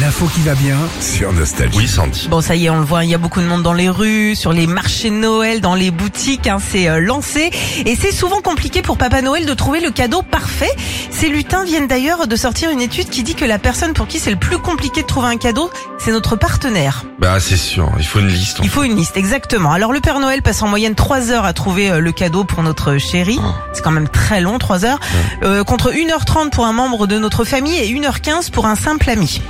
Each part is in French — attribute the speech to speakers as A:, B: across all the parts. A: L'info qui va bien.
B: Sur Nostalgie.
C: Oui, Sandy.
D: Bon, ça y est, on le voit, il y a beaucoup de monde dans les rues, sur les marchés de Noël, dans les boutiques, hein, c'est euh, lancé. Et c'est souvent compliqué pour Papa Noël de trouver le cadeau parfait. Ces lutins viennent d'ailleurs de sortir une étude qui dit que la personne pour qui c'est le plus compliqué de trouver un cadeau, c'est notre partenaire.
C: Bah, c'est sûr. Il faut une liste. en
D: Il faut une liste, exactement. Alors le Père Noël passe en moyenne 3 heures à trouver euh, le cadeau pour notre chérie.
C: Ah.
D: C'est quand même très long, 3 heures. Euh, contre 1h30 pour un membre de notre famille et 1h15 pour un simple ami.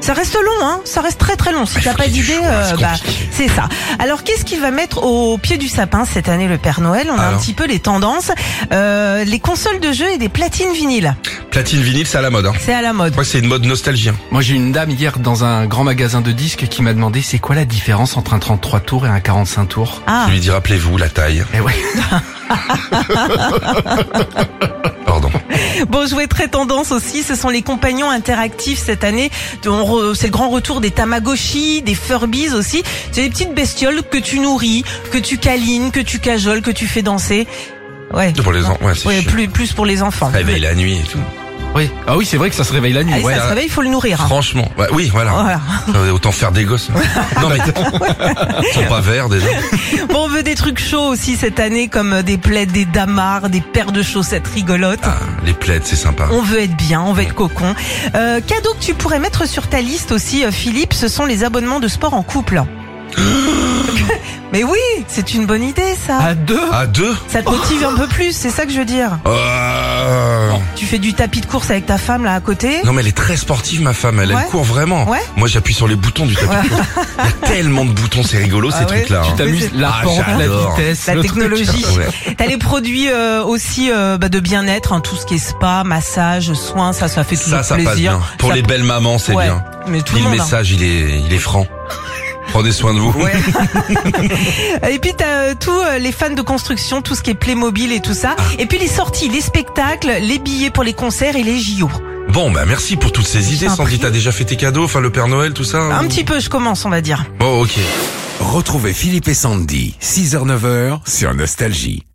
D: Ça reste long, hein Ça reste très très long. Si
C: Bah, Il
D: t'as
C: faut
D: pas
C: qu'il y ait du
D: d'idée,
C: choix,
D: euh,
C: c'est
D: bah,
C: compliqué.
D: c'est ça. Alors qu'est-ce qu'il va mettre au pied du sapin cette année le Père Noël On a un
C: Alors
D: petit peu les tendances. Euh, les consoles de jeux et des platines vinyles.
C: fait. Platine vinyle, c'est à la mode. Hein.
D: C'est à la mode.
C: Moi, c'est une mode nostalgie. hein.
E: Moi j'ai une dame hier dans un grand magasin de disques qui m'a demandé c'est quoi la différence entre un 33 tours et un 45 tours.
D: Ah,
C: Je lui dis, rappelez-vous la taille.
E: Eh ouais.
C: Pardon.
D: bon jouet très tendance aussi, ce sont les compagnons interactifs cette année. On re- C'est le grand retour des Tamagotchi, des Furbies aussi. C'est des petites bestioles que tu nourris, que tu câlines, que tu cajoles, que tu fais danser. Ouais.
C: Pour les enfants, ouais, Oh, c'est
D: Ouais,
C: chiant.
D: plus, plus pour les enfants.
C: Réveille la nuit et tout.
E: Oui. Ah oui c'est vrai que ça se réveille la nuit.
D: Allez,
E: ouais.
D: ça se réveille, il faut le nourrir. hein.
C: Franchement. Ouais, oui, voilà.
D: Voilà.
C: Euh, Autant faire des gosses. non, mais. Ils sont pas verts, déjà.
D: Bon, on veut des trucs chauds aussi cette année, comme des plaids, des damars, des paires de chaussettes rigolotes.
C: Ah, les plaides, c'est sympa.
D: On veut être bien, on veut être cocon. Euh, cadeau que tu pourrais mettre sur ta liste aussi, euh, Philippe, ce sont les abonnements de sport en couple. Mais oui, c'est une bonne idée ça.
C: Ah.
E: À deux.
C: À deux
D: Ça te motive un peu plus, c'est ça que je veux dire.
C: Euh,
D: Tu fais du tapis de course avec ta femme là à côté.
C: Non, mais elle est très sportive, ma femme. Elle, elle
D: Ouais.
C: court vraiment.
D: Ouais.
C: Moi, j'appuie sur les boutons du tapis. de course. Il y a tellement de boutons, c'est rigolo,
D: Ah
C: ces
D: ouais.
C: trucs-là.
E: Tu
C: hein.
E: t'amuses la
C: Ah,
E: pente, la
C: j'adore.
E: vitesse,
D: La
E: le truc.
D: technologie.
C: Ouais.
D: T'as les produits euh, aussi euh, bah, de bien-être, hein, tout ce qui est spa, massage, soins, ça, ça fait toujours
C: Ça, ça passe
D: plaisir.
C: bien. Pour
D: Ça-
C: les belles mamans, c'est
D: Ouais,
C: bien.
D: Mais tout
C: Puis
D: le
C: le
D: monde. hein.
C: message, il est, il est franc. Prenez soin de vous.
D: Et puis t'as euh, tous euh, les fans de construction, tout ce qui est Playmobil et tout ça. Et puis les sorties, les spectacles, les billets pour les concerts et les JO.
C: Bon, bah merci pour toutes ces idées.
D: t'en
C: Sandy,
D: prie.
C: t'as déjà fait tes cadeaux, enfin le Père Noël, tout ça
D: Un
C: ou-
D: petit peu, je commence, on va dire.
C: Bon, ok.
B: Retrouvez Philippe et Sandy, 6h-9h sur Nostalgie.